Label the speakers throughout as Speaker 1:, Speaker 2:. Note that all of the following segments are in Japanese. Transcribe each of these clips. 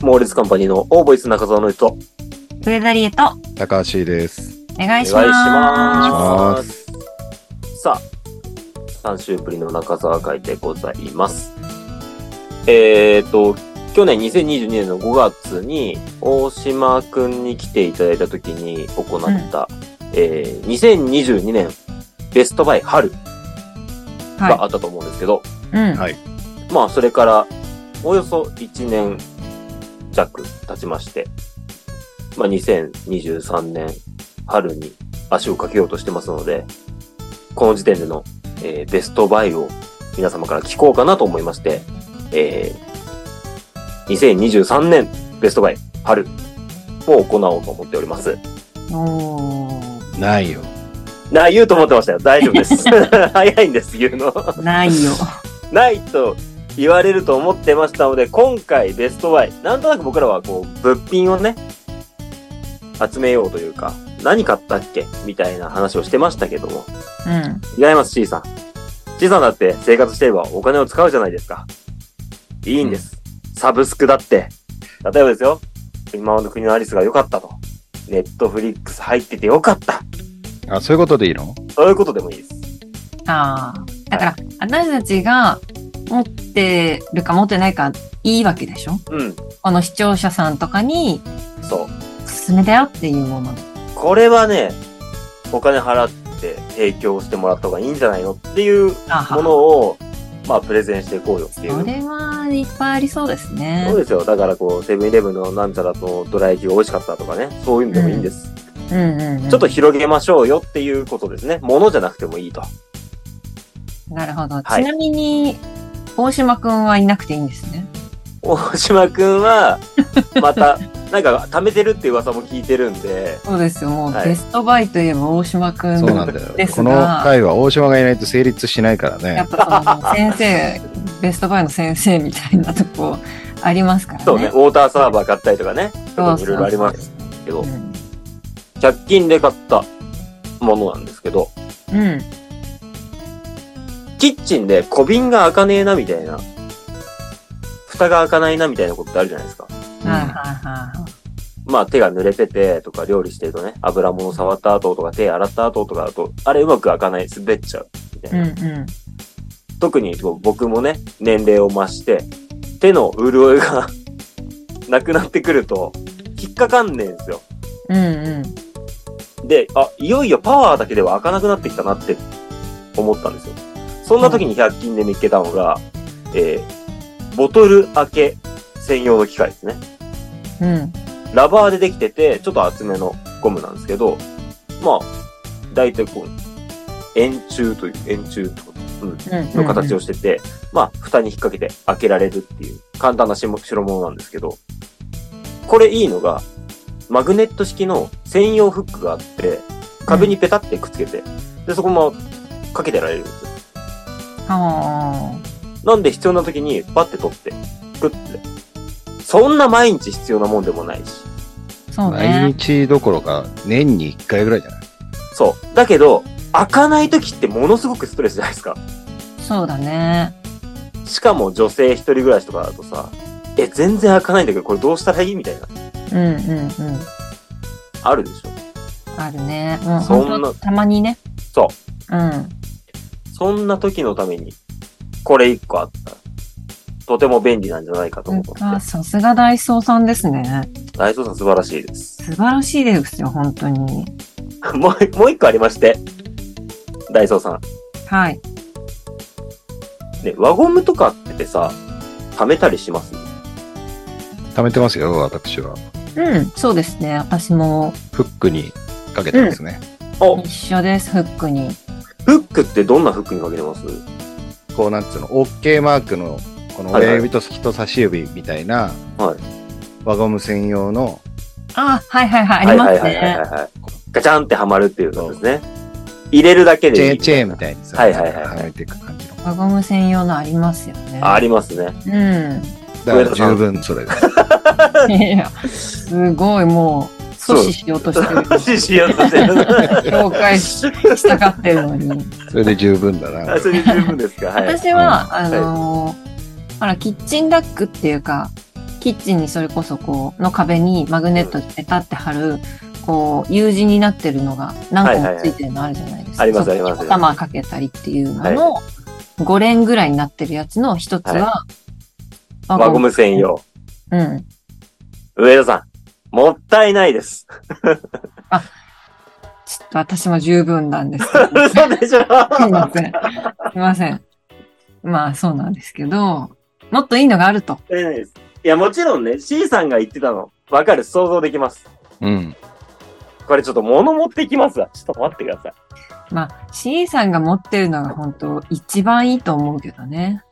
Speaker 1: モーレツカンパニーのオーボイス中澤の人、
Speaker 2: 上田理恵とお
Speaker 3: 高橋です。
Speaker 2: 願いし
Speaker 1: お願いし
Speaker 2: ま
Speaker 1: ます。さあ、3週ぶりの中澤会でございます。えーと、去年2022年の5月に、大島くんに来ていただいた時に行った、えー2022年ベストバイ春
Speaker 2: す。
Speaker 1: が
Speaker 2: は
Speaker 1: あったと思うんですけど、
Speaker 2: い。うん。
Speaker 1: まあ、それから、およそ1年弱経ちまして、まあ、2023年春に足をかけようとしてますので、この時点での、えーベストバイを皆様から聞こうかなと思いまして、えー2023年ベストバイ春を行おうと思っております。
Speaker 2: おー
Speaker 3: ないよ。
Speaker 1: なあ、言うと思ってましたよ。大丈夫です。早いんです、言うの。
Speaker 2: ないよ。
Speaker 1: ないと言われると思ってましたので、今回ベストバイ。なんとなく僕らはこう、物品をね、集めようというか、何買ったっけみたいな話をしてましたけども。
Speaker 2: うん。
Speaker 1: 違います、C さん。C さんだって生活してればお金を使うじゃないですか。いいんです。サブスクだって。例えばですよ。今の国のアリスが良かったと。ネットフリックス入ってて良かった。
Speaker 3: あ、そういうことでいいの
Speaker 1: そういうことでもいいです。
Speaker 2: ああ。だから、私たちが持ってるか持ってないかいいわけでしょ
Speaker 1: うん。
Speaker 2: この視聴者さんとかに
Speaker 1: そう。
Speaker 2: おすすめだよっていうもので。
Speaker 1: これはね、お金払って提供してもらった方がいいんじゃないのっていう
Speaker 2: あは
Speaker 1: ものを、まあ、プレゼンしていこうよってい。
Speaker 2: そうれはいっぱいありそうですね
Speaker 1: そう。ですよ。だからこう、セブンイレブンのなんちゃらとドラ焼きが美味しかったとかね、そういうのでもいいんです。
Speaker 2: うんうん、うん。
Speaker 1: ちょっと広げましょうよっていうことですね。ものじゃなくてもいいと。
Speaker 2: なるほど。
Speaker 1: はい
Speaker 2: ちなみに、大島くんはいなくていいんですね。
Speaker 1: 大島くん は、また、なんか、貯めてるって噂も聞いてるんで、
Speaker 2: そうですよ。もう、
Speaker 1: はい
Speaker 2: ベストバイといえば大島くん。
Speaker 3: そうなんだよ
Speaker 2: で。す
Speaker 3: こ
Speaker 2: が
Speaker 3: の回は大島がいないと成立しないから
Speaker 2: や
Speaker 3: ね
Speaker 2: っ。ぱその先生、ベストバイの先生みたいなとこありますからね。
Speaker 1: そうね、ウォーターサーバー買ったりとかね、い
Speaker 2: そ
Speaker 1: ろ
Speaker 2: うそうそう
Speaker 1: いろありますけど
Speaker 2: う、ん。
Speaker 1: 100均で買ったものなんですけど、
Speaker 2: うん。
Speaker 1: キッチンで小瓶が開かねえなみたいな、蓋が開かないなみたいなことってあるじゃないですか。
Speaker 3: うん
Speaker 2: はいはいはい。
Speaker 1: まあ手が濡れててとか料理してるとね、油物触った後とか手洗った後とかだと、あれうまく開かない、滑っちゃう。みたい
Speaker 2: うん
Speaker 1: な。
Speaker 2: う
Speaker 1: 特にこう僕もね、年齢を増して、手の潤いが なくなってくると、引っかかんねえんですよ。
Speaker 2: ん。うんうん。
Speaker 1: で、あ、いよいよパワーだけでは開かなくなってきたなって思ったんですよ。そんな時に100均で見つけたのが、えーボトル開け専用の機械ですね。
Speaker 2: うん。
Speaker 1: ラバーでできてて、ちょっと厚めのゴムなんですけど、まあ、だいたいこう、円柱という、円柱ってこと
Speaker 2: うん。
Speaker 1: の形をしてて、まあ、蓋に引っ掛けて開けられるっていう、簡単なしも代物なんですけど、これいいのが、マグネット式の専用フックがあって、壁にペタってくっつけて、で、そこもかけてられるんですよ。
Speaker 2: あ
Speaker 1: なんで必要な時に、パッて取って、くって。そんな毎日必要なもんでもないし。
Speaker 2: あ。そう
Speaker 3: 毎
Speaker 2: ね。
Speaker 3: 日どころか年に1回ぐらいじゃない
Speaker 1: そう。だけど、開かない時ってものすごくストレスじゃないですか。
Speaker 2: そうだね。
Speaker 1: しかも女性一人暮らしとかだとさ、え、全然開かないんだけど、これどうしたらいいみたいな。
Speaker 2: うんうんうん。
Speaker 1: あるでしょ。
Speaker 2: あるね。もう
Speaker 1: そんな
Speaker 2: 本当たまにね。。
Speaker 1: そう
Speaker 2: うん。
Speaker 1: そんな時のために、これ一個あったら、とても便利なんじゃないかと
Speaker 2: な
Speaker 1: 思
Speaker 2: ん
Speaker 1: って。
Speaker 2: か、さすがダイソーさんですね。
Speaker 1: 大捜査素晴らしいです。
Speaker 2: 素晴らしいですよ、本当に。
Speaker 1: もう、もう一個ありまして、大捜査さ
Speaker 2: はい。
Speaker 1: ん。ね、輪ゴムとかってさ、貯めたりします
Speaker 3: 貯めてますよ、私は。
Speaker 2: うん、そうですね。私も
Speaker 3: フックにかけてますね。
Speaker 1: お、
Speaker 2: 一緒です、フックに。
Speaker 1: フックってどんなフックにかけてます
Speaker 3: こうなんつうの、OK マークの、この
Speaker 1: はいはい
Speaker 3: 親指と人差し指みたいな、
Speaker 1: は
Speaker 3: 輪ゴム専用の、
Speaker 2: あ、はいはいはい、
Speaker 1: は
Speaker 2: あ
Speaker 1: い
Speaker 2: りま
Speaker 1: はい
Speaker 2: す
Speaker 1: はいはい
Speaker 2: ね。
Speaker 1: はい。ガチャンってはまるっていうことですね。入れるだけ
Speaker 3: チ
Speaker 1: でい
Speaker 3: ェー
Speaker 1: い
Speaker 3: ン、チェーンみたいにさ、
Speaker 1: はいはいはい
Speaker 3: はめていく感じの。
Speaker 2: 輪ゴム専用のありますよね。
Speaker 1: あありますね。
Speaker 2: う
Speaker 3: だから十分それで。
Speaker 2: ん。いやいや、すごいもう、阻止しようとして る。
Speaker 1: ししようとして る。
Speaker 2: 了解ししたがってるのに。
Speaker 3: それで十分だ な
Speaker 1: あ。それで十分ですかはい。
Speaker 2: 私は、あのーほら、キッチンダックっていうか、キキッチンにそれこそこう、の壁にマグネットでペタって貼る、こう、U 字になってるのが何個もついてるのあるじゃないですか。
Speaker 1: はいはいはいありますあり
Speaker 2: そこに
Speaker 1: ます
Speaker 2: 頭かけたりっていうのの、5連ぐらいになってるやつの一つは、
Speaker 1: 輪ゴム専用。
Speaker 2: うん。
Speaker 1: 上田さん、もったいない です。
Speaker 2: ちょっと私も十分なんです けど。す
Speaker 1: 嘘でしょ
Speaker 2: いません。すいません。まあそうなんですけど、もっといいのがあると。
Speaker 1: えないです。いや、もちろんね、C さんが言ってたの、わかる、想像できます。
Speaker 3: うん。
Speaker 1: これちょっと物持ってきますわ。ちょっと待ってください。
Speaker 2: まあ CA さんが持ってるのが本当一番いいと思うけどね。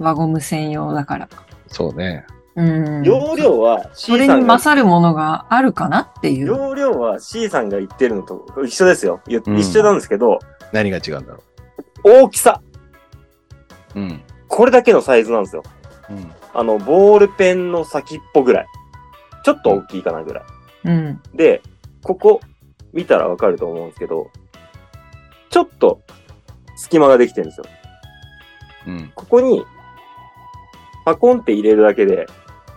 Speaker 2: 輪ゴム専用だから。
Speaker 3: そうね。
Speaker 2: うん。
Speaker 1: 容量は C
Speaker 2: それ
Speaker 1: さ
Speaker 2: に
Speaker 1: んが、
Speaker 2: 勝るものがあるかなっていう。
Speaker 1: 容量は C さんが言ってるのと一緒ですよ。言
Speaker 3: うん
Speaker 1: 一緒なんですけど、
Speaker 3: 何が違うんだろ
Speaker 1: 大きさ、
Speaker 3: う。うん。
Speaker 1: これだけのサイズなんですよ。
Speaker 3: うん。
Speaker 1: あの、ボールペンの先っぽぐらい。ちょっと大きいかなぐらい。
Speaker 2: うん。
Speaker 1: で、ここ見たらわかると思うんですけど、ちょっと隙間ができてるんですよ。
Speaker 3: うん。
Speaker 1: ここに、パコンって入れるだけで、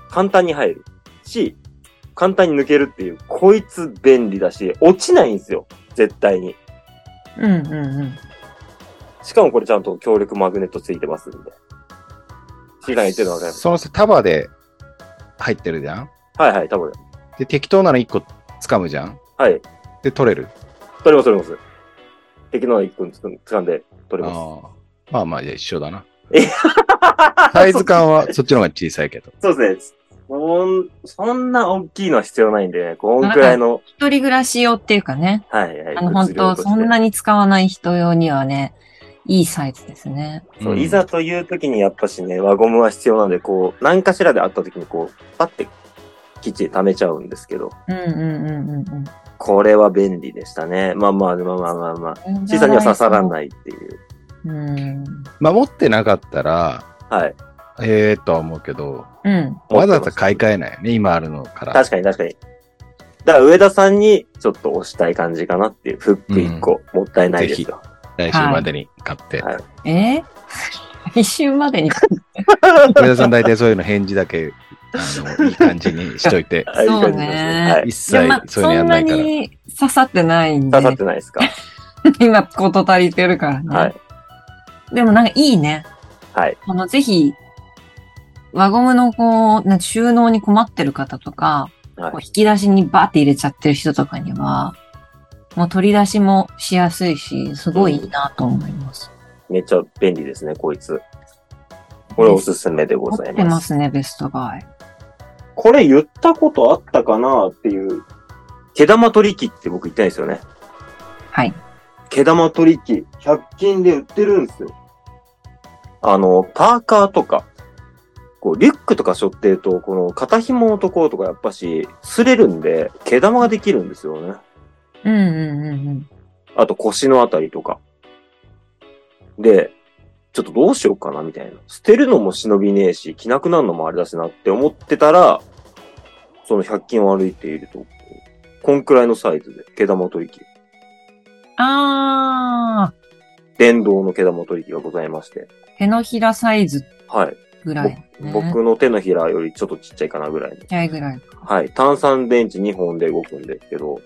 Speaker 1: 簡単に入る。し、簡単に抜けるっていう、こいつ便利だし、落ちないんですよ。絶対に。
Speaker 2: うんうんうん。
Speaker 1: しかもこれちゃんと強力マグネットついてますんで。C さん言ってるのわかります。
Speaker 3: その束で入ってるじゃん
Speaker 1: はいはい、多分。
Speaker 3: で、適当なの1個掴むじゃん
Speaker 1: はい。
Speaker 3: で、取れる。
Speaker 1: 取れます、取れます。敵の一分つ掴んで取れます。
Speaker 3: ああ。まあまあ、じゃあ一緒だな
Speaker 1: え。
Speaker 3: サイズ感はそっちの方が小さいけど。
Speaker 1: そうですね。そんそんな大きいのは必要ないんでね、こんくらいの、
Speaker 2: 一人暮らし用っていうかね。
Speaker 1: はいはい、
Speaker 2: あの
Speaker 1: 物
Speaker 2: 本
Speaker 1: 量
Speaker 2: 当
Speaker 1: として
Speaker 2: そんなに使わない人用にはね、いいサイズですね。
Speaker 1: そうう、
Speaker 3: ん
Speaker 1: いざという時にやっぱしね、輪ゴムは必要なんで、こう、何かしらであった時にこう、パッて、きっちり溜めちゃうんですけど、
Speaker 2: うんうんうんうん
Speaker 1: これは便利でしたね。まあまあ、まあまあまあまあ。
Speaker 2: うん。
Speaker 1: 小さんには刺さら
Speaker 2: い。
Speaker 1: ないっていう。
Speaker 2: うん。
Speaker 3: 守ってなかったら、
Speaker 1: はい。
Speaker 3: ええとは思うけど、
Speaker 2: うん。
Speaker 3: わざわざ買い替えないよね、今あるのから。
Speaker 1: 確かに確かに。だから上田さんにちょっと押したい感じかなっていう、フック1個、もったいないですよ。
Speaker 3: 来週までに買って。
Speaker 1: はい。
Speaker 2: えー来週までに。
Speaker 3: 上田さん大体そういうの返事だけ、あの、いい感じにしといて
Speaker 1: あい感じですはい。
Speaker 3: 一切
Speaker 2: でもまあ
Speaker 3: そういうのや
Speaker 2: そ
Speaker 3: ん
Speaker 2: ん
Speaker 3: な
Speaker 2: ない
Speaker 3: から。
Speaker 2: に刺さってないんで
Speaker 1: 刺、さってないですか
Speaker 2: 今こと足りてるからね。
Speaker 1: はい。
Speaker 2: でもなんかいいね。
Speaker 1: はい。
Speaker 2: あの、ぜひ、輪ゴムのこう、なんか収納に困ってる方とか、
Speaker 1: はい
Speaker 2: こう引き出しにバーって入れちゃってる人とかには、もう取り出しもしやすいし、すごいいいなと思います。
Speaker 1: めっちゃ便利ですね、こいつ。これおすすめでご
Speaker 2: 持
Speaker 1: ざい
Speaker 2: って
Speaker 1: ま。
Speaker 2: ますすね、ベストバイ。
Speaker 1: これ言ったことあったかなっていう。毛玉取り機って僕言ってないですよね。
Speaker 2: はい。
Speaker 1: 毛玉取り機、100均で売ってるんですよ。あの、パーカーとか、こう、リュックとか背負ってると、この肩紐のところとかやっぱし、擦れるんで、毛玉ができるんですよね。
Speaker 2: うんうんうんうん。
Speaker 1: あと腰のあたりとか。で、ちょっとどうしようかなみたいな。捨てるのも忍びねえし、着なくなるのもあれだしなって思ってたら、その100均を歩いていると、こんくらいのサイズで毛玉取り機、
Speaker 2: あ
Speaker 1: 電動の毛玉取り機がございまして。
Speaker 2: ー、手のひらサイズ
Speaker 1: はい。
Speaker 2: ぐらい、ね。
Speaker 1: 僕の手のひらよりちょっとちっちゃいかなぐらいの
Speaker 2: ちっ。ちゃいぐらい。
Speaker 1: はい。炭酸電池2本で動くんですけど、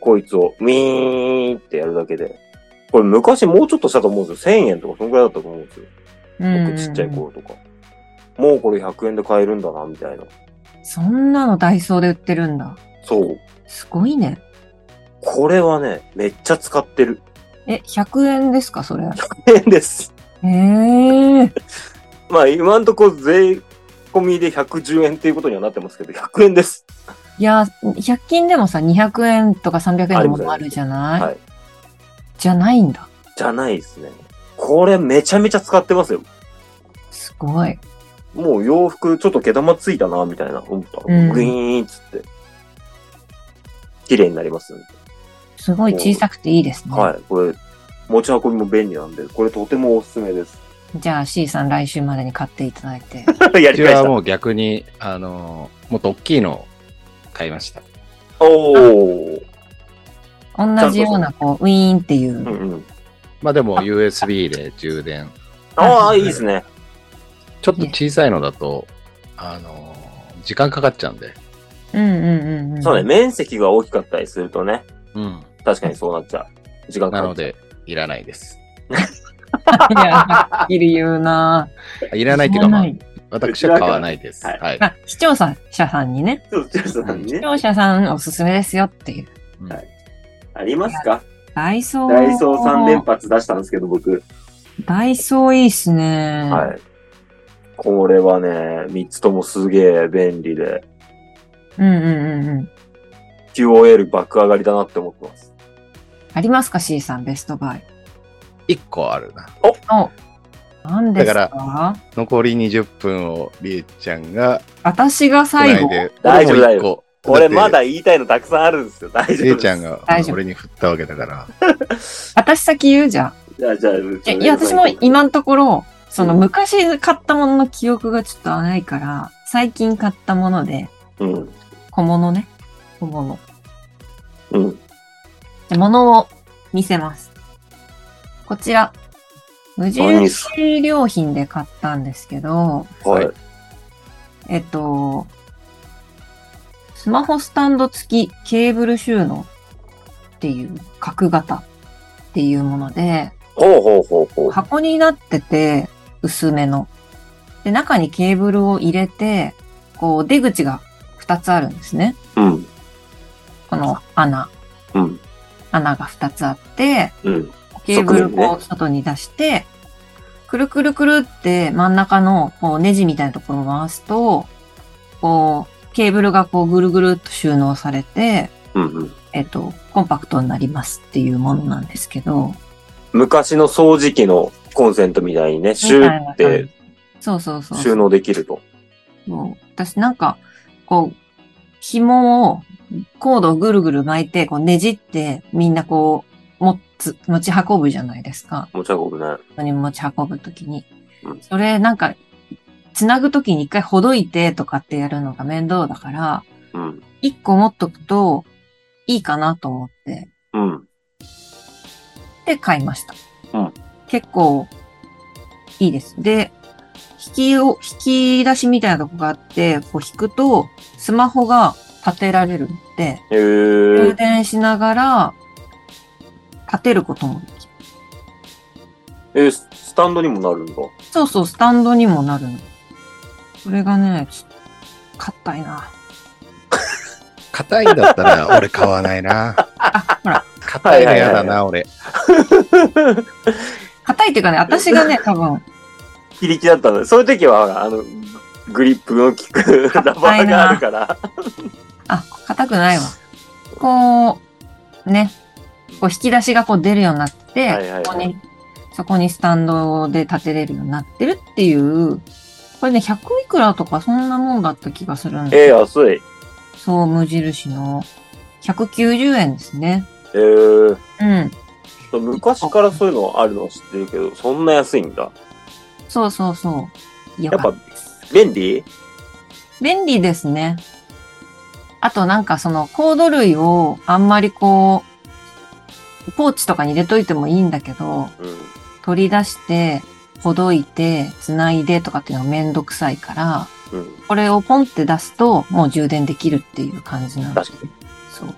Speaker 1: こいつをウィーンってやるだけで、これ昔もうちょっとしたと思うんですよ。1000円とかそんぐらいだったと思うんですよ。
Speaker 2: うんうんう
Speaker 1: 僕
Speaker 2: ん
Speaker 1: ちっちゃい頃とか。もうこれ100円で買えるんだな、みたいな。
Speaker 2: そんなのダイソーで売ってるんだ。
Speaker 1: そう。
Speaker 2: すごいね。
Speaker 1: これはね、めっちゃ使ってる。
Speaker 2: え、100円ですか、それ。
Speaker 1: 100円です。
Speaker 2: ええ
Speaker 1: まあ今んとこ税込みで110円っていうことにはなってますけど、100円です。
Speaker 2: いや、100均でもさ、200円とか300円のものあるじゃない、
Speaker 1: はい。
Speaker 2: じゃないんだ。
Speaker 1: じゃないですね。これめちゃめちゃ使ってますよ。
Speaker 2: すごい。
Speaker 1: もう洋服ちょっと毛玉ついたな、みたいな。思った
Speaker 2: うん
Speaker 1: グイーンっつって。綺麗になりますんで。
Speaker 2: すごい小さくていいですね。
Speaker 1: はい。これ、持ち運びも便利なんで、これとてもおすすめです。
Speaker 2: じゃあ C さん来週までに買っていただいて。
Speaker 1: や
Speaker 3: うち
Speaker 1: り返し
Speaker 3: は
Speaker 1: た。
Speaker 3: もう逆に、あの、もっと大きいのを買いました。
Speaker 1: おー。
Speaker 2: 同じような、こう、ウィーンっていう。
Speaker 1: うんうん。
Speaker 3: まあでも USB で充電。
Speaker 1: ああ、いいですね。
Speaker 3: ちょっと小さいのだと、あのー時間かかっちゃうんで。
Speaker 2: うんうんうんうん。
Speaker 1: そうね、面積が大きかったりするとね、
Speaker 3: うん。
Speaker 1: 確かにそうなっちゃう。時間か
Speaker 3: な
Speaker 1: か
Speaker 3: の
Speaker 1: っちゃう。
Speaker 3: で、いらないです。
Speaker 2: いや、はっきり言うないい
Speaker 3: らないっていうか、まあ、
Speaker 2: い
Speaker 3: 私は買わないです。
Speaker 1: はい
Speaker 3: はい。
Speaker 2: あ、視聴者さんにね。
Speaker 1: そうそうそう
Speaker 2: 視
Speaker 1: ね。
Speaker 2: 聴者さんおすすめですよっていう。
Speaker 3: うん
Speaker 1: はいありますか
Speaker 2: ダイソー。
Speaker 1: ダイソー3連。発出したんですけど、僕。
Speaker 2: ダイソーいいっすね。
Speaker 1: はい。これはね、3つともすげえ便利で、
Speaker 2: うんうんうんうん。
Speaker 1: QOL 爆上がりだなって思ってます。
Speaker 2: ありますか ?C さん、ベストバイ。
Speaker 3: 一個あるな。
Speaker 2: 何ですか
Speaker 3: だ残り20分をりえちゃんが
Speaker 2: 私が
Speaker 3: つな
Speaker 2: 最
Speaker 3: い
Speaker 2: 後。
Speaker 3: で、
Speaker 1: 大丈夫
Speaker 3: 俺も一個
Speaker 1: 俺
Speaker 3: だ
Speaker 1: ま
Speaker 3: って
Speaker 1: だ言いたいのたくさんあるんですよ。大丈夫です。
Speaker 3: りえちゃんが
Speaker 2: 大丈夫
Speaker 3: 俺に振ったわけだから。
Speaker 2: 私先言うじゃん。
Speaker 1: じゃあ、じゃあ、
Speaker 2: えいや、私も
Speaker 1: 今
Speaker 2: 今のところ、その
Speaker 1: うん
Speaker 2: 昔買ったものの記憶がちょっとないから、最近買ったもので、
Speaker 1: うん。
Speaker 2: 小物ね。小物。
Speaker 1: うん。
Speaker 2: で物を見せます。こちら。無
Speaker 1: 何です
Speaker 2: 印良品で買ったんですけど、
Speaker 1: はい。
Speaker 2: えっと、スマホスタンド付きケーブル収納っていう角型っていうもので、
Speaker 1: ほうほうほうほう。
Speaker 2: 箱になってて、薄めの。で、中にケーブルを入れて、こう、出口が2つあるんですね。
Speaker 1: うん。
Speaker 2: この穴、
Speaker 1: うん。
Speaker 2: 穴が2つあって、
Speaker 1: うん。
Speaker 2: ケーブル
Speaker 1: 側面ね
Speaker 2: を外に出して、くるくるくるって真ん中のこうネジみたいなところを回すと、こう、ケーブルがこうぐるぐるっと収納されて、
Speaker 1: うん。うん。
Speaker 2: えっと、コンパクトになりますっていうものなんですけど、
Speaker 1: 昔の掃除機のコンセントみたいにね、シューっ
Speaker 2: みたいな
Speaker 1: て
Speaker 2: 感じそうそうそうそう。
Speaker 1: 収納できると。
Speaker 2: もう、私なんか、こう、紐を、コードをぐるぐる巻いて、こうねじって、みんなこう、持つ、持ち運ぶじゃないですか。
Speaker 1: 持ち運ぶね。
Speaker 2: 何も持ち運ぶときに
Speaker 1: うん。
Speaker 2: それ、なんか、つなぐときに一回ほどいてとかってやるのが面倒だから、
Speaker 1: うん。
Speaker 2: 一個持っとくといいかなと思って、
Speaker 1: うん。
Speaker 2: で買いました。
Speaker 1: うん
Speaker 2: 結構、いいです。で、引きを、引き出しみたいなとこがあって、こう引くと、スマホが立てられるんで、
Speaker 1: へ
Speaker 2: 充
Speaker 1: ー。
Speaker 2: 電しながら、立てることもできる。
Speaker 1: えー、ススタンドにもなるんだ。
Speaker 2: そうそう、スタンドにもなるの。それがね、ちょっと硬いな。
Speaker 3: 硬いんだったら俺買わないな。
Speaker 2: ほら、
Speaker 3: 硬いの嫌だな、俺。
Speaker 2: 硬いっていうかね、私がね、多分、
Speaker 1: 非力だったので、そういう時は、ほらあの、グリップの効く ラバーがあるから。
Speaker 2: あ、硬くないわ。こう、ね、こう引き出しがこう出るようになってて、
Speaker 1: はいはい
Speaker 2: そこ
Speaker 1: はい
Speaker 2: に、そこにスタンドで立てれるようになってるっていう、これね、100いくらとかそんなもんだった気がするんで
Speaker 1: えー、安い。
Speaker 2: そう、無印の190円ですね。
Speaker 1: えー。
Speaker 2: うん。
Speaker 1: 昔からそういうのあるのは知ってるけど、そんな安いんだ。
Speaker 2: そうそうそう。や
Speaker 1: やっぱ、便利
Speaker 2: 便利ですね。あとなんかそのコード類をあんまりこう、ポーチとかに入れといてもいいんだけど、
Speaker 1: うん。
Speaker 2: 取り出して、ほどいて、繋いでとかっていうのがめんどくさいから、
Speaker 1: うん。
Speaker 2: これをポンって出すと、もう充電できるっていう感じなんで。
Speaker 1: 確か
Speaker 2: そう。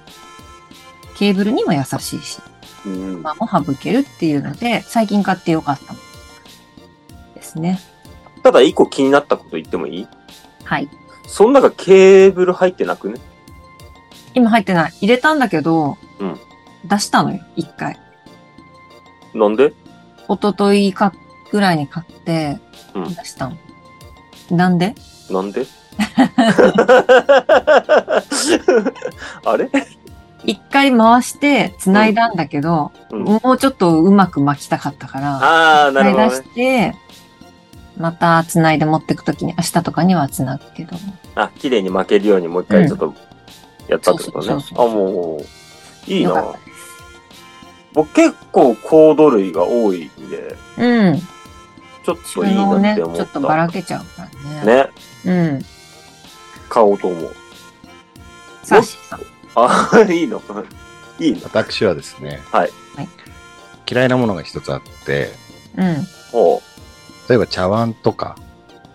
Speaker 2: ケーブルにも優しいし、
Speaker 1: に。うん。
Speaker 2: まあ、も省けるっていうので、最近買ってよかったものですね。
Speaker 1: ただ一個気になったこと言ってもいい
Speaker 2: はい。
Speaker 1: その中ケーブル入ってなくね
Speaker 2: 今入ってない。入れたんだけど、
Speaker 1: うん
Speaker 2: 出したのよ、一回。
Speaker 1: なんで
Speaker 2: 一昨日かぐらいに買って、
Speaker 1: うん
Speaker 2: 出したの。なんで
Speaker 1: なん であれ
Speaker 2: 一回回して繋いだんだけど、
Speaker 1: うん
Speaker 2: もうちょっとうまく巻きたかったから、
Speaker 1: ああ、なる
Speaker 2: 一
Speaker 1: ほ
Speaker 2: 回
Speaker 1: ど
Speaker 2: 出
Speaker 1: ね。
Speaker 2: して、また繋いで持ってくときに、明日とかには繋ぐけど。
Speaker 1: あ、綺麗に巻けるようにもう一回ちょっとやったってことね。
Speaker 2: そう
Speaker 1: あ
Speaker 2: そう、そうそう
Speaker 1: もう、いい
Speaker 2: よかっ
Speaker 1: な。僕結構コード類が多いんで、
Speaker 2: うん。
Speaker 1: ちょっ
Speaker 2: 収
Speaker 1: といい
Speaker 2: 納
Speaker 1: な
Speaker 2: ね、
Speaker 1: っ
Speaker 2: ち
Speaker 1: て
Speaker 2: ょ
Speaker 1: 思っ。
Speaker 2: ったとばらけちゃうからね。
Speaker 1: ね、
Speaker 2: うん。
Speaker 1: 買おうと思う。
Speaker 2: さあ、シーさん。
Speaker 1: あ、 いいのいいの
Speaker 3: 私はですね、
Speaker 1: はい
Speaker 2: はい
Speaker 3: 嫌いなものが一つあって、
Speaker 2: うん。
Speaker 1: ほ
Speaker 3: 例えば茶碗とか、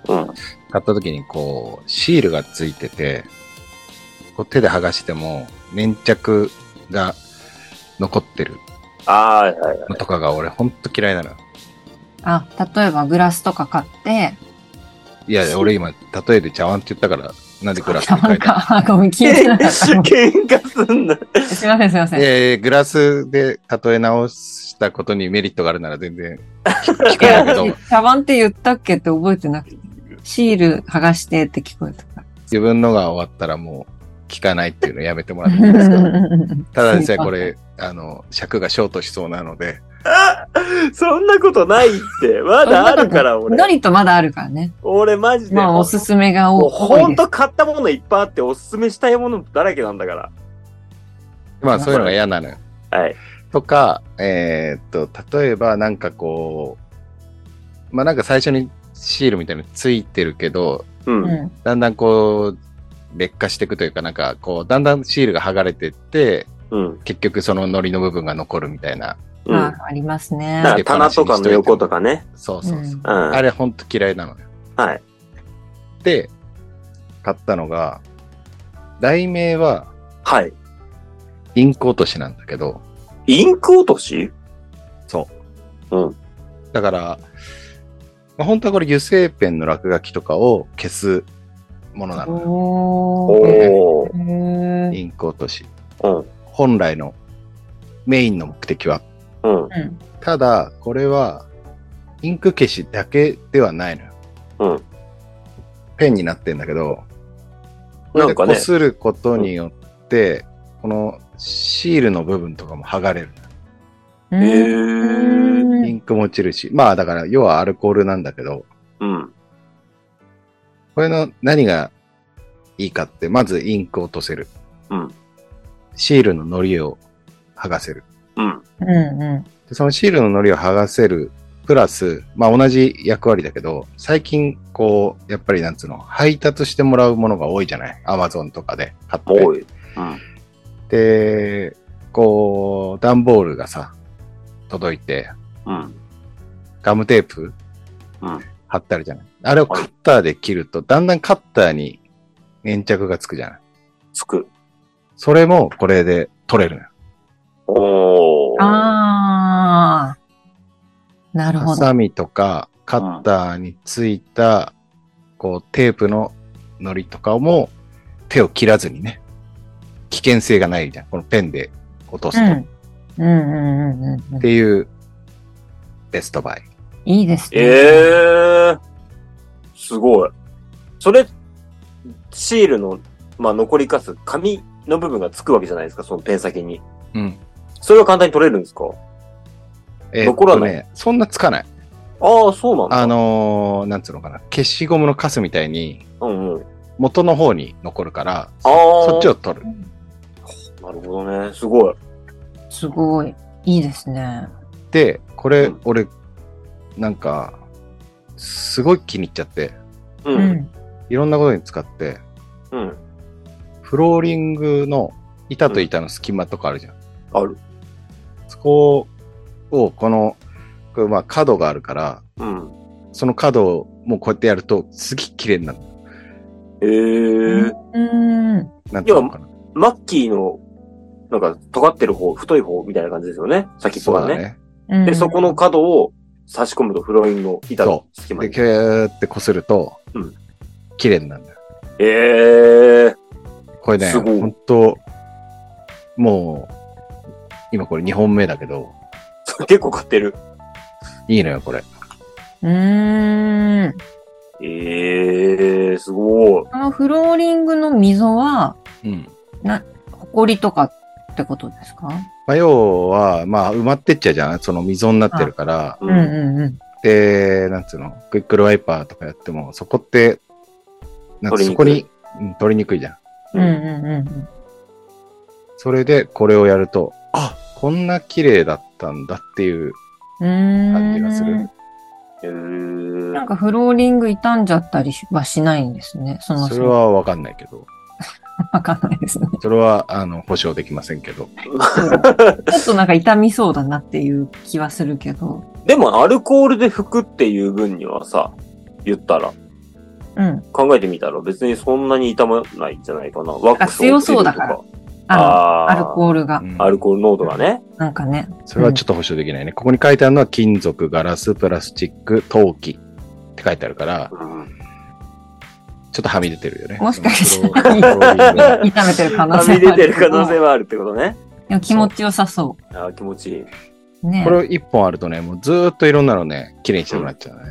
Speaker 1: うん。
Speaker 3: 買った時にこう、シールがついてて、こう手で剥がしても粘着が残ってる
Speaker 1: あーは いはい。
Speaker 3: のとかが俺ほんと嫌いなの。
Speaker 2: あ、例えばグラスとか買って、
Speaker 3: いや、俺今、例えで茶碗って言ったから、なんでグラスに
Speaker 2: な
Speaker 3: 変え
Speaker 2: ん
Speaker 3: た
Speaker 2: か、あごめん、聞いて なかった。ごめん
Speaker 1: 喧嘩すんな。
Speaker 2: すいません、すいません。
Speaker 3: えー、グラスで例え直したことにメリットがあるなら全然聞くん だけど、
Speaker 2: 茶碗って言ったっけって覚えてなくて。シール剥がしてって聞こえたから。
Speaker 3: 自分のが終わったらもう聞かないっていうのやめてもらっていいですかただでさえこれ、あの、尺がショートしそうなので、
Speaker 1: あそんなことないって。まだあるから、俺
Speaker 2: ノ。リとまだあるからね。
Speaker 1: 俺マジで。
Speaker 2: まあ、おすすめが
Speaker 1: もう
Speaker 2: 多い。
Speaker 1: ほんと買ったものいっぱいあって、おすすめしたいものだらけなんだか
Speaker 3: まあそういうのが嫌なのよ。
Speaker 1: ら。はい。
Speaker 3: とか、えーっと、例えばなんかこう、まあなんか最初にシールみたいなのついてるけど、
Speaker 1: う。
Speaker 2: うんん。
Speaker 3: だんだんこう、劣化していくというか、なんかこう、だんだんシールが剥がれてって、
Speaker 1: うん。
Speaker 3: 結局そのノリの部分が残るみたいな。
Speaker 1: うん。
Speaker 2: まあ、ありますね。
Speaker 1: なんか棚とかの横とかね。
Speaker 3: そうそうそ
Speaker 1: うん。
Speaker 2: うん
Speaker 3: う。あ
Speaker 1: は
Speaker 3: れほんと嫌いなのよ。
Speaker 1: い。
Speaker 3: で、買ったのが、題名は
Speaker 1: はい。
Speaker 3: インク落としなんだけど、
Speaker 1: インク落とし
Speaker 3: そう。
Speaker 1: うん。
Speaker 3: だから、まあ、本当はこれ油性ペンの落書きとかを消すものなの。
Speaker 2: おー。
Speaker 1: おー。
Speaker 2: へー
Speaker 3: インク落とし。
Speaker 1: うん。
Speaker 3: 本来のメインの目的は。
Speaker 1: うん。
Speaker 2: うん
Speaker 3: ただ、これは、インク消しだけではないのよ。
Speaker 1: うん
Speaker 3: ペンになってんだけど、これ
Speaker 1: な
Speaker 3: で
Speaker 1: んか
Speaker 3: こ
Speaker 1: ね。
Speaker 3: することによって、このシールの部分とかも剥がれる。
Speaker 1: へ
Speaker 2: うん
Speaker 1: ー。
Speaker 3: インクも落ちるし、まあだから、要はアルコールなんだけど、
Speaker 1: うん。
Speaker 3: これの何がいいかって、まずインクを落とせる。
Speaker 1: うん。
Speaker 3: シールの糊を剥がせる。
Speaker 1: うん。
Speaker 2: うんう
Speaker 3: でそのシールの糊を剥がせる、プラス、まあ同じ役割だけど、最近、こう、やっぱりなんつうの、配達してもらうものが多いじゃないアマゾンとかで買
Speaker 1: お
Speaker 3: っ
Speaker 1: い。うん。
Speaker 3: て。で、こう、段ボールがさ、届いて、
Speaker 1: うん。
Speaker 3: ガムテープ、
Speaker 1: うん
Speaker 3: 貼ってあるじゃない。あれをカッターで切ると、だんだんカッターに粘着がつくじゃない。
Speaker 1: つく。
Speaker 3: それもこれで取れるのよ。
Speaker 1: おー。
Speaker 2: ん。あー。なる
Speaker 3: ハ
Speaker 2: ほど。
Speaker 3: サミとかカッターについた、こうテープの糊とかも手を切らずにね、危険性がないじゃん。このペンで落とす
Speaker 2: う
Speaker 3: と。っ
Speaker 2: ん。うんうんうんうん。
Speaker 3: ていうベストバイ。
Speaker 2: いいですね。
Speaker 1: ええー、すごい。それ、シールの、まあ、残りかす紙の部分がつくわけじゃないですか、そのペン先に。
Speaker 3: うん。
Speaker 1: それは簡単に取れるんですか
Speaker 3: え
Speaker 1: 残らない
Speaker 3: っとね。そんなつかない。
Speaker 1: ああ、そうなんだ。
Speaker 3: あのー、なんつうのかな。消しゴムのカスみたいに
Speaker 1: うんうん。
Speaker 3: 元の方に残るから、
Speaker 1: ああ。
Speaker 3: そっちを取る。
Speaker 1: なるほどね。すごい。
Speaker 2: すごい。いいですね。
Speaker 3: で、これ、
Speaker 1: うん
Speaker 3: 俺、なんか、すごい気に入っちゃって、
Speaker 1: う。
Speaker 2: うんん。
Speaker 3: いろんなことに使って、
Speaker 1: うん。
Speaker 3: フローリングの板と板の隙間とかあるじゃん。
Speaker 1: ある。
Speaker 3: そこを、この、これまあ角があるから、
Speaker 1: うん。
Speaker 3: その角をもうこうやってやると、すげえ綺麗になる。
Speaker 1: ええー。
Speaker 2: うん。
Speaker 3: なんていうのかな。
Speaker 1: マッキーの、なんか、尖ってる方、太い方みたいな感じですよね。先っぽ
Speaker 3: そう
Speaker 1: が
Speaker 3: だ
Speaker 1: ね。
Speaker 3: ね。
Speaker 2: うん
Speaker 1: で、そこの角を差し込むとフローリングの板の隙間
Speaker 3: で、
Speaker 1: に。
Speaker 3: キューってこすると
Speaker 1: うん、
Speaker 3: 綺麗になるんだよ。
Speaker 1: ええー。
Speaker 3: これね、
Speaker 1: すごい
Speaker 3: 本当もう、今これ2本目だけど、
Speaker 1: 結構買ってる。
Speaker 3: いいのよ、これ。
Speaker 2: うーん。
Speaker 1: ええー、すごい。
Speaker 2: このフローリングの溝は、
Speaker 3: うん。
Speaker 2: ホコリとかってことですか
Speaker 3: まあ、要は、まあ、埋まってっちゃうじゃん。その溝になってるから。
Speaker 1: う
Speaker 2: うんうんうん。
Speaker 3: で、なんつうの、クイックルワイパーとかやっても、そこって、なん
Speaker 1: 取
Speaker 3: か
Speaker 1: り
Speaker 3: そ
Speaker 1: にく
Speaker 3: こ
Speaker 1: い
Speaker 3: に、うん取りにくいじゃ
Speaker 2: う
Speaker 3: ん。
Speaker 2: んうんうん
Speaker 3: それで、これをやると、あこんな綺麗だったんだっていう
Speaker 2: うん。うーん。
Speaker 3: 感じがする。
Speaker 1: え
Speaker 2: なん
Speaker 1: ー、
Speaker 2: かフローリング傷んじゃったりはしないんですね。その
Speaker 3: それ。はわかんないけど、
Speaker 2: わかんないですね。
Speaker 3: それは、あの、保証できませんけど。
Speaker 2: ちょっとなんか痛みそうだなっていう気はするけど。
Speaker 1: でもアルコールで拭くっていう分にはさ、言ったら、
Speaker 2: うん。
Speaker 1: 考えてみたら別にそんなに痛まないんじゃないかな。ワックスを
Speaker 2: 強そうだから
Speaker 1: つけると
Speaker 2: あの、
Speaker 1: か。
Speaker 2: アルコールが
Speaker 3: う。ん
Speaker 1: アルコール濃度がね。
Speaker 2: なんかね。
Speaker 3: それはちょっと保証できないね。ここに書いてあるのは金属、ガラス、プラスチック、陶器って書いてあるから、
Speaker 1: うん
Speaker 3: ちょっとはみ出てるよね。
Speaker 2: もしかしたら
Speaker 3: そのクローリングが
Speaker 2: 痛めてる可能
Speaker 1: は
Speaker 2: 性
Speaker 1: み
Speaker 2: も
Speaker 1: 出
Speaker 2: あ
Speaker 1: て
Speaker 2: る
Speaker 1: る
Speaker 2: け
Speaker 1: 可
Speaker 2: ど。
Speaker 1: 能性はあるってことね。
Speaker 2: でも気持ちよさそ
Speaker 1: あー気持ちいい。
Speaker 2: う。ね
Speaker 3: これを一本あるとね、もうずーっといろんなのね、綺麗にしたくなっちゃうね。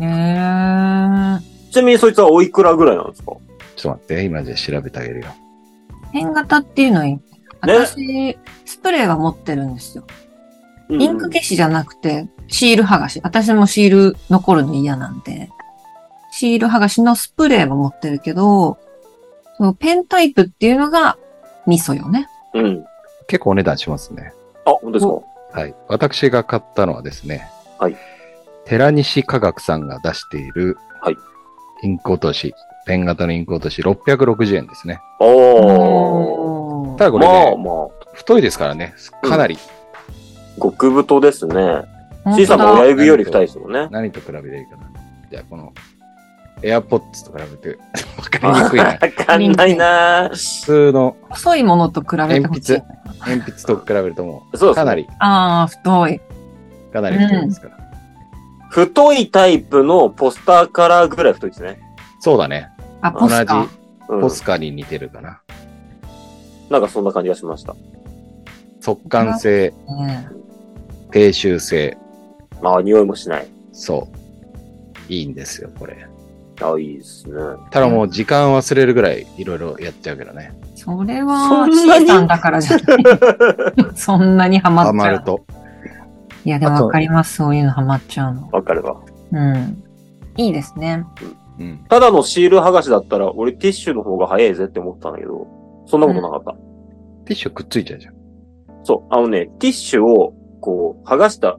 Speaker 2: え。ねえ。
Speaker 1: ちなみにそいつはおいくらぐらいなんですか
Speaker 3: ちょっと待って、今じゃあ調べてあげるよ。
Speaker 2: ペン型っていうのはいい。私、スプレーは持ってるんですよ。インク消しじゃなくて、シール剥がし。私もシール残るの嫌なんで。シール剥がしのスプレーも持ってるけど、そのペンタイプっていうのがミソよね。
Speaker 1: うん。うん。
Speaker 3: 結構お値段しますね。
Speaker 1: あ、本当ですか
Speaker 3: はい。私が買ったのはですね、
Speaker 1: はい。
Speaker 3: 寺西科学さんが出している、
Speaker 1: はい。
Speaker 3: インク落とし、ペン型のインク落とし660円ですね。
Speaker 1: おー。
Speaker 3: ただこれ
Speaker 1: まあ
Speaker 3: ね、
Speaker 1: まあ、
Speaker 3: 太いですからね、かなり
Speaker 1: 極太ですね。
Speaker 2: 本
Speaker 1: C さ
Speaker 2: 当
Speaker 1: んも親
Speaker 2: だ。
Speaker 1: 指より太いですもんね。
Speaker 3: 何と比べていいかな。じゃあ、この、AirPods と比べて 分かりにくいな。
Speaker 1: わかんないな
Speaker 3: 普通の
Speaker 2: 細いものと比べてほしい。
Speaker 3: 鉛筆と比べるとも
Speaker 1: そう
Speaker 3: う、
Speaker 1: です
Speaker 3: か
Speaker 1: ね
Speaker 3: なり、
Speaker 2: ああ、太い。
Speaker 3: かなり太いですから。
Speaker 1: 太いタイプのポスターカラーぐらい太いですね。
Speaker 3: そうだね。
Speaker 2: あ、
Speaker 1: 同
Speaker 2: ポ
Speaker 3: 同
Speaker 2: ス
Speaker 3: じ
Speaker 2: カ。
Speaker 1: うん
Speaker 3: ポスカに似てるかな。
Speaker 1: なんかそんな感じがしました。
Speaker 3: 速乾性、
Speaker 2: ね
Speaker 3: 低周性、
Speaker 1: まあ、匂いもしない。
Speaker 3: そう。いいんですよ、これ。
Speaker 1: あ、いいですね。
Speaker 3: ただもう時間忘れるぐらいいろいろやっちゃうけどね。
Speaker 2: それ
Speaker 1: そ
Speaker 2: は
Speaker 1: んなに
Speaker 2: C さんだからじゃない。 そんなにハマ
Speaker 3: ハ
Speaker 2: っち
Speaker 3: マ
Speaker 2: ゃ
Speaker 3: る
Speaker 2: う。
Speaker 3: と。
Speaker 2: いや、でもわかります。そういうのハマっちゃうの。
Speaker 1: わかれば。
Speaker 2: うん。いいですね。
Speaker 3: うん。
Speaker 1: ただのシール剥がしだったら、俺ティッシュの方が早いぜって思ったんだけど、そんなことなかった。
Speaker 3: ティッシュくっついちゃうじゃん。
Speaker 1: そう、あのね、ティッシュを、こう、剥がした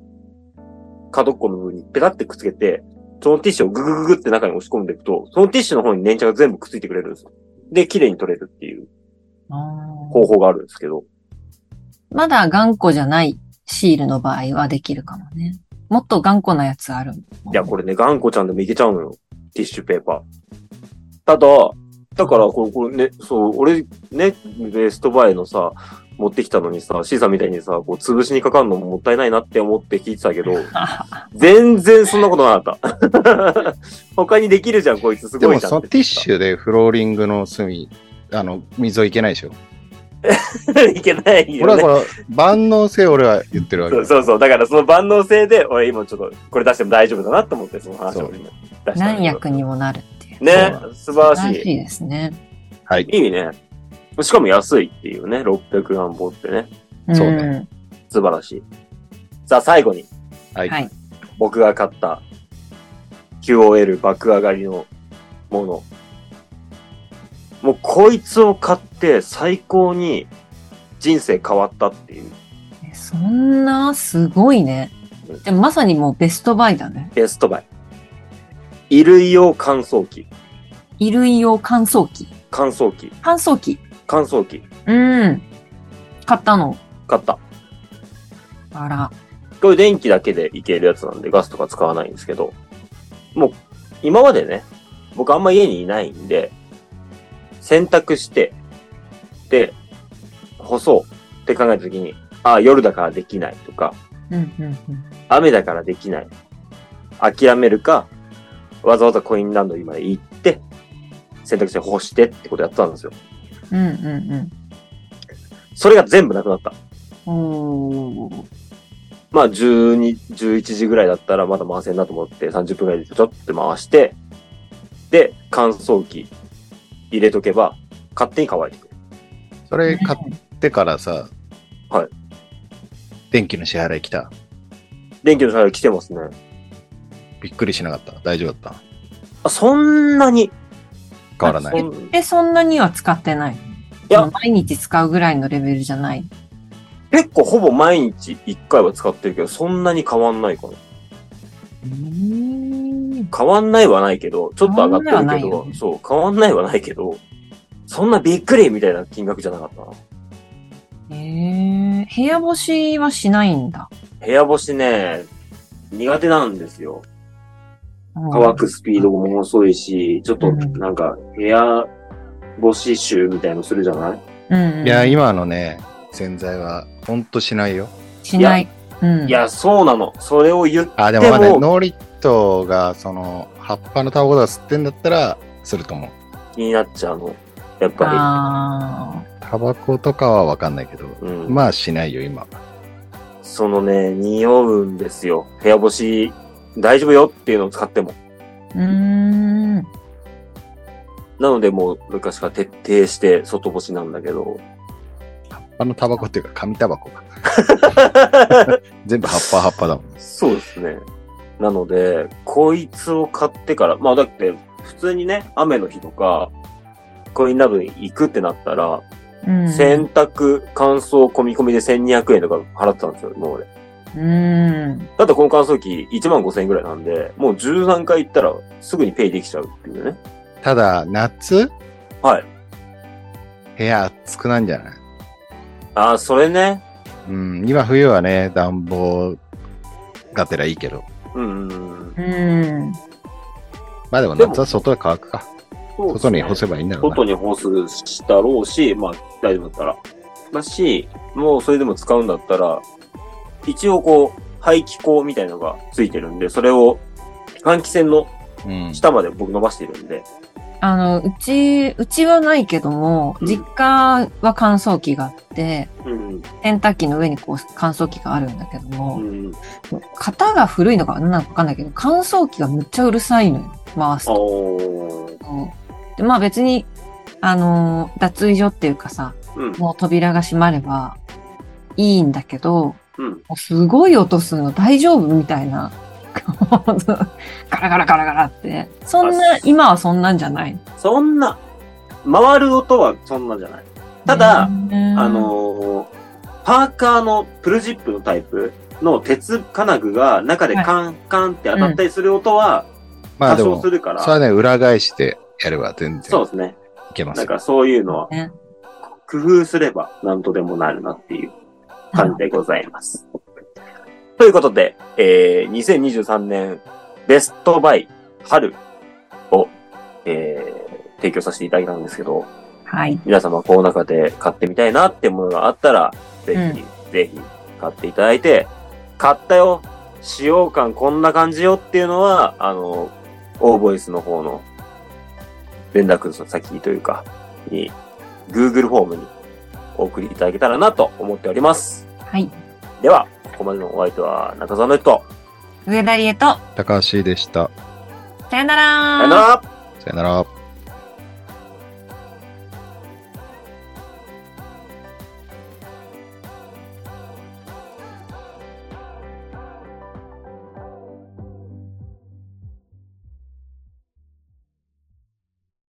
Speaker 1: 角っこの部分にペタってくっつけて、そのティッシュをググググって中に押し込んでいくと、そのティッシュの方に粘着が全部くっついてくれるんですよ。で、綺麗に取れるっていう
Speaker 2: あー
Speaker 1: 方法があるんですけど、
Speaker 2: まだ頑固じゃないシールの場合はできるかもね。もっと頑固なやつある。
Speaker 1: いや、これね、頑固ちゃんでもいけちゃうのよ。ティッシュペーパー。ただ、だから、これ、これね、そう、俺、ね、ベストバイのさ、持ってきたのにさ、C さんみたいにさ、こう、潰しにかかるのももったいないなって思って聞いてたけ ど、全然そんなことなかった。 他にできるじゃん、こいつ、す
Speaker 3: で
Speaker 1: ご
Speaker 3: も
Speaker 1: いじゃん
Speaker 3: そ
Speaker 1: っ
Speaker 3: の
Speaker 1: て
Speaker 3: ティッシュでフローリングの隅、あの、溝いけないでしょ。
Speaker 1: ュ。 いけない
Speaker 3: 俺
Speaker 1: よ
Speaker 3: は
Speaker 1: ね
Speaker 3: こ。の万能性を俺は言ってるわけ
Speaker 1: そう
Speaker 3: だ。
Speaker 1: そうそう。だから、その万能性で、俺今ちょっと、これ出しても大丈夫だなと思って、その話を今出したんだけど。
Speaker 2: 何役にもなるっていう。
Speaker 1: ね素
Speaker 3: そ、
Speaker 1: 晴ら
Speaker 2: 素晴
Speaker 1: し
Speaker 2: ら
Speaker 1: い
Speaker 2: し。いですね。
Speaker 3: はい。
Speaker 1: いいね。しかも安いっていうね、600何本ってね。
Speaker 3: そうね
Speaker 2: ね。
Speaker 1: 素晴らしい。さあ、最後に
Speaker 3: はい。
Speaker 2: はい
Speaker 1: 僕が買った QOL 爆上がりのもの。もうこいつを買って最高に人生変わったっていう
Speaker 2: えそんな、すごいね。でもまさにもうベストバイだね。
Speaker 1: ベストバイ。衣類用乾燥機。
Speaker 2: 衣類用乾燥機。
Speaker 1: 乾燥機。
Speaker 2: 乾燥機。
Speaker 1: 乾燥機。
Speaker 2: うん。買ったの。
Speaker 1: 買った。
Speaker 2: あら。
Speaker 1: これ電気だけでいけるやつなんでガスとか使わないんですけど、もう今までね、僕あんま家にいないんで、洗濯して、で、干そうって考えた時に、ああ、夜だからできないとか、
Speaker 2: うんうんうん。
Speaker 1: 雨だからできない。諦めるか、わざわざコインランドリーまで行って、洗濯して干してってことやってたんですよ。
Speaker 2: うんうん
Speaker 1: それが全部なくなった。
Speaker 2: うん。おー。
Speaker 1: まあ、12、11時ぐらいだったらまだ回せんなと思って、30分ぐらいでちょっと回して、で、乾燥機入れとけば、勝手に乾いてくる。
Speaker 3: それ買ってからさ、
Speaker 1: はい。
Speaker 3: 電気の支払い来た。
Speaker 1: 電気の支払い来てますね。
Speaker 3: びっくりしなかった。大丈夫だっ
Speaker 1: あ、そんなに。
Speaker 3: た。変わらな
Speaker 1: そ
Speaker 3: い。
Speaker 1: ん
Speaker 2: で、そんなには使ってない。い
Speaker 1: や
Speaker 2: 毎日使うぐらいのレベルじゃない。
Speaker 1: 結構ほぼ毎日1回は使ってるけど、そんなに変わんないかな。
Speaker 2: うん。
Speaker 1: 変わんないはないけど、ちょっと上がってるけ
Speaker 2: 変わんない
Speaker 1: ど、
Speaker 2: はないよね
Speaker 1: そう、変わんないはないけど、そんなびっくりみたいな金額じゃなかったな。
Speaker 2: ええ部屋干しはしないんだ。
Speaker 1: 部屋干しね、苦手なんですよ。乾くスピードもものすごいし、ちょっとなんか部屋干し臭みたいのするじゃない
Speaker 2: うんうん。
Speaker 3: いや、今のね、洗剤はほんとしないよ。
Speaker 2: しない。うん。
Speaker 1: いや、そうなの。それを言っ
Speaker 3: あ、でもまだ
Speaker 1: でも
Speaker 3: ノーリットが、その、葉っぱのタバコとか吸ってんだったら、すると思う。
Speaker 1: 気になっちゃうの。やっぱ
Speaker 2: あ
Speaker 3: タバコとかはわかんないけど、
Speaker 1: り。うん、
Speaker 3: まあしないよ、今。
Speaker 1: そのね、匂うんですよ。部屋干し大丈夫よっていうのを使っても。
Speaker 2: ーうーん。
Speaker 1: なのでもう昔から徹底して外干しなんだけど。
Speaker 3: あのタバコっていうか、紙タバ コが。全部葉っぱ葉っぱだもん。
Speaker 1: そうですね。なので、こいつを買ってから、まあだって普通にね、雨の日とか、コインラブに行くってなったら、
Speaker 2: うん。
Speaker 1: 洗濯、乾燥、込み込みで1200円とか払ってたんですよ、もう俺。
Speaker 2: うん。
Speaker 1: だってこの乾燥機1万5000円ぐらいなんで、もう10何回行ったらすぐにペイできちゃうっていうね。
Speaker 3: ただ、夏
Speaker 1: はい。
Speaker 3: 部屋暑くなんじゃない
Speaker 1: ああ、それね。
Speaker 3: うん、今冬はね、暖房がてらいいけど。
Speaker 1: うんうんうん。
Speaker 2: うん。
Speaker 3: まあでも
Speaker 1: でも
Speaker 3: 夏は外で乾くか。
Speaker 1: そうです
Speaker 3: 外
Speaker 1: ね
Speaker 3: に干せばいいんだろう
Speaker 1: 外に放送したろうし、まあ、大丈夫だったら。だし、もうそれでも使うんだったら、一応こう、排気口みたいなのがついてるんで、それを換気扇の
Speaker 3: な。うん。
Speaker 1: 下まで僕伸ばしてるんで、
Speaker 2: あの、うち、うちはないけども、
Speaker 1: うん
Speaker 2: 実家は乾燥機があって、
Speaker 1: うん、
Speaker 2: 洗濯機の上にこう乾燥機があるんだけど
Speaker 1: う
Speaker 2: も、
Speaker 1: ん、
Speaker 2: 型が古いのか何なのかわかんないけど、乾燥機がむっちゃうるさいのよ。回す
Speaker 1: あ
Speaker 2: と。
Speaker 1: ー
Speaker 2: で、まあ別に、あのー脱衣所っていうかさ、
Speaker 1: うん、
Speaker 2: もう扉が閉まればいいんだけど、
Speaker 1: うん、
Speaker 2: もうすごい音するの大丈夫みたいな。 ガラガラガラガラって。そんな
Speaker 1: あ、
Speaker 2: 今はそんなんじゃない。
Speaker 1: そんな、回る音はそんなじゃない。ただ、あ
Speaker 2: あ、
Speaker 1: のーパーカーのプルジップのタイプの鉄金具が中でカンカンって当たったりする音は
Speaker 3: まあ
Speaker 1: 多
Speaker 3: で
Speaker 1: 少
Speaker 3: も
Speaker 1: す、るから、
Speaker 3: それはね、裏返してやれば全
Speaker 1: そう
Speaker 3: 然
Speaker 1: ですね。
Speaker 3: いけます
Speaker 1: なん
Speaker 3: よ。
Speaker 1: かそういうのは
Speaker 2: ね、
Speaker 1: 工夫すれば何とでもなるなっていう感じでございます。 ということで、えー、2023年ベストバイ春を、えー、提供させていただいたんですけど、
Speaker 2: はい。
Speaker 1: 皆様この中で買ってみたいなってものがあったら、ぜひ、ぜひ買っていただいて、買ったよ使用感こんな感じよっていうのは、あの、オーボイスの方の連絡先というか、に、Google フォームにお送りいただけたらなと思っております。
Speaker 2: はい。
Speaker 1: では、ここまでのお相手は中澤の人。
Speaker 2: 上田理恵と、
Speaker 3: 高橋でした。
Speaker 2: さよなら
Speaker 1: さよなら
Speaker 3: さよなら。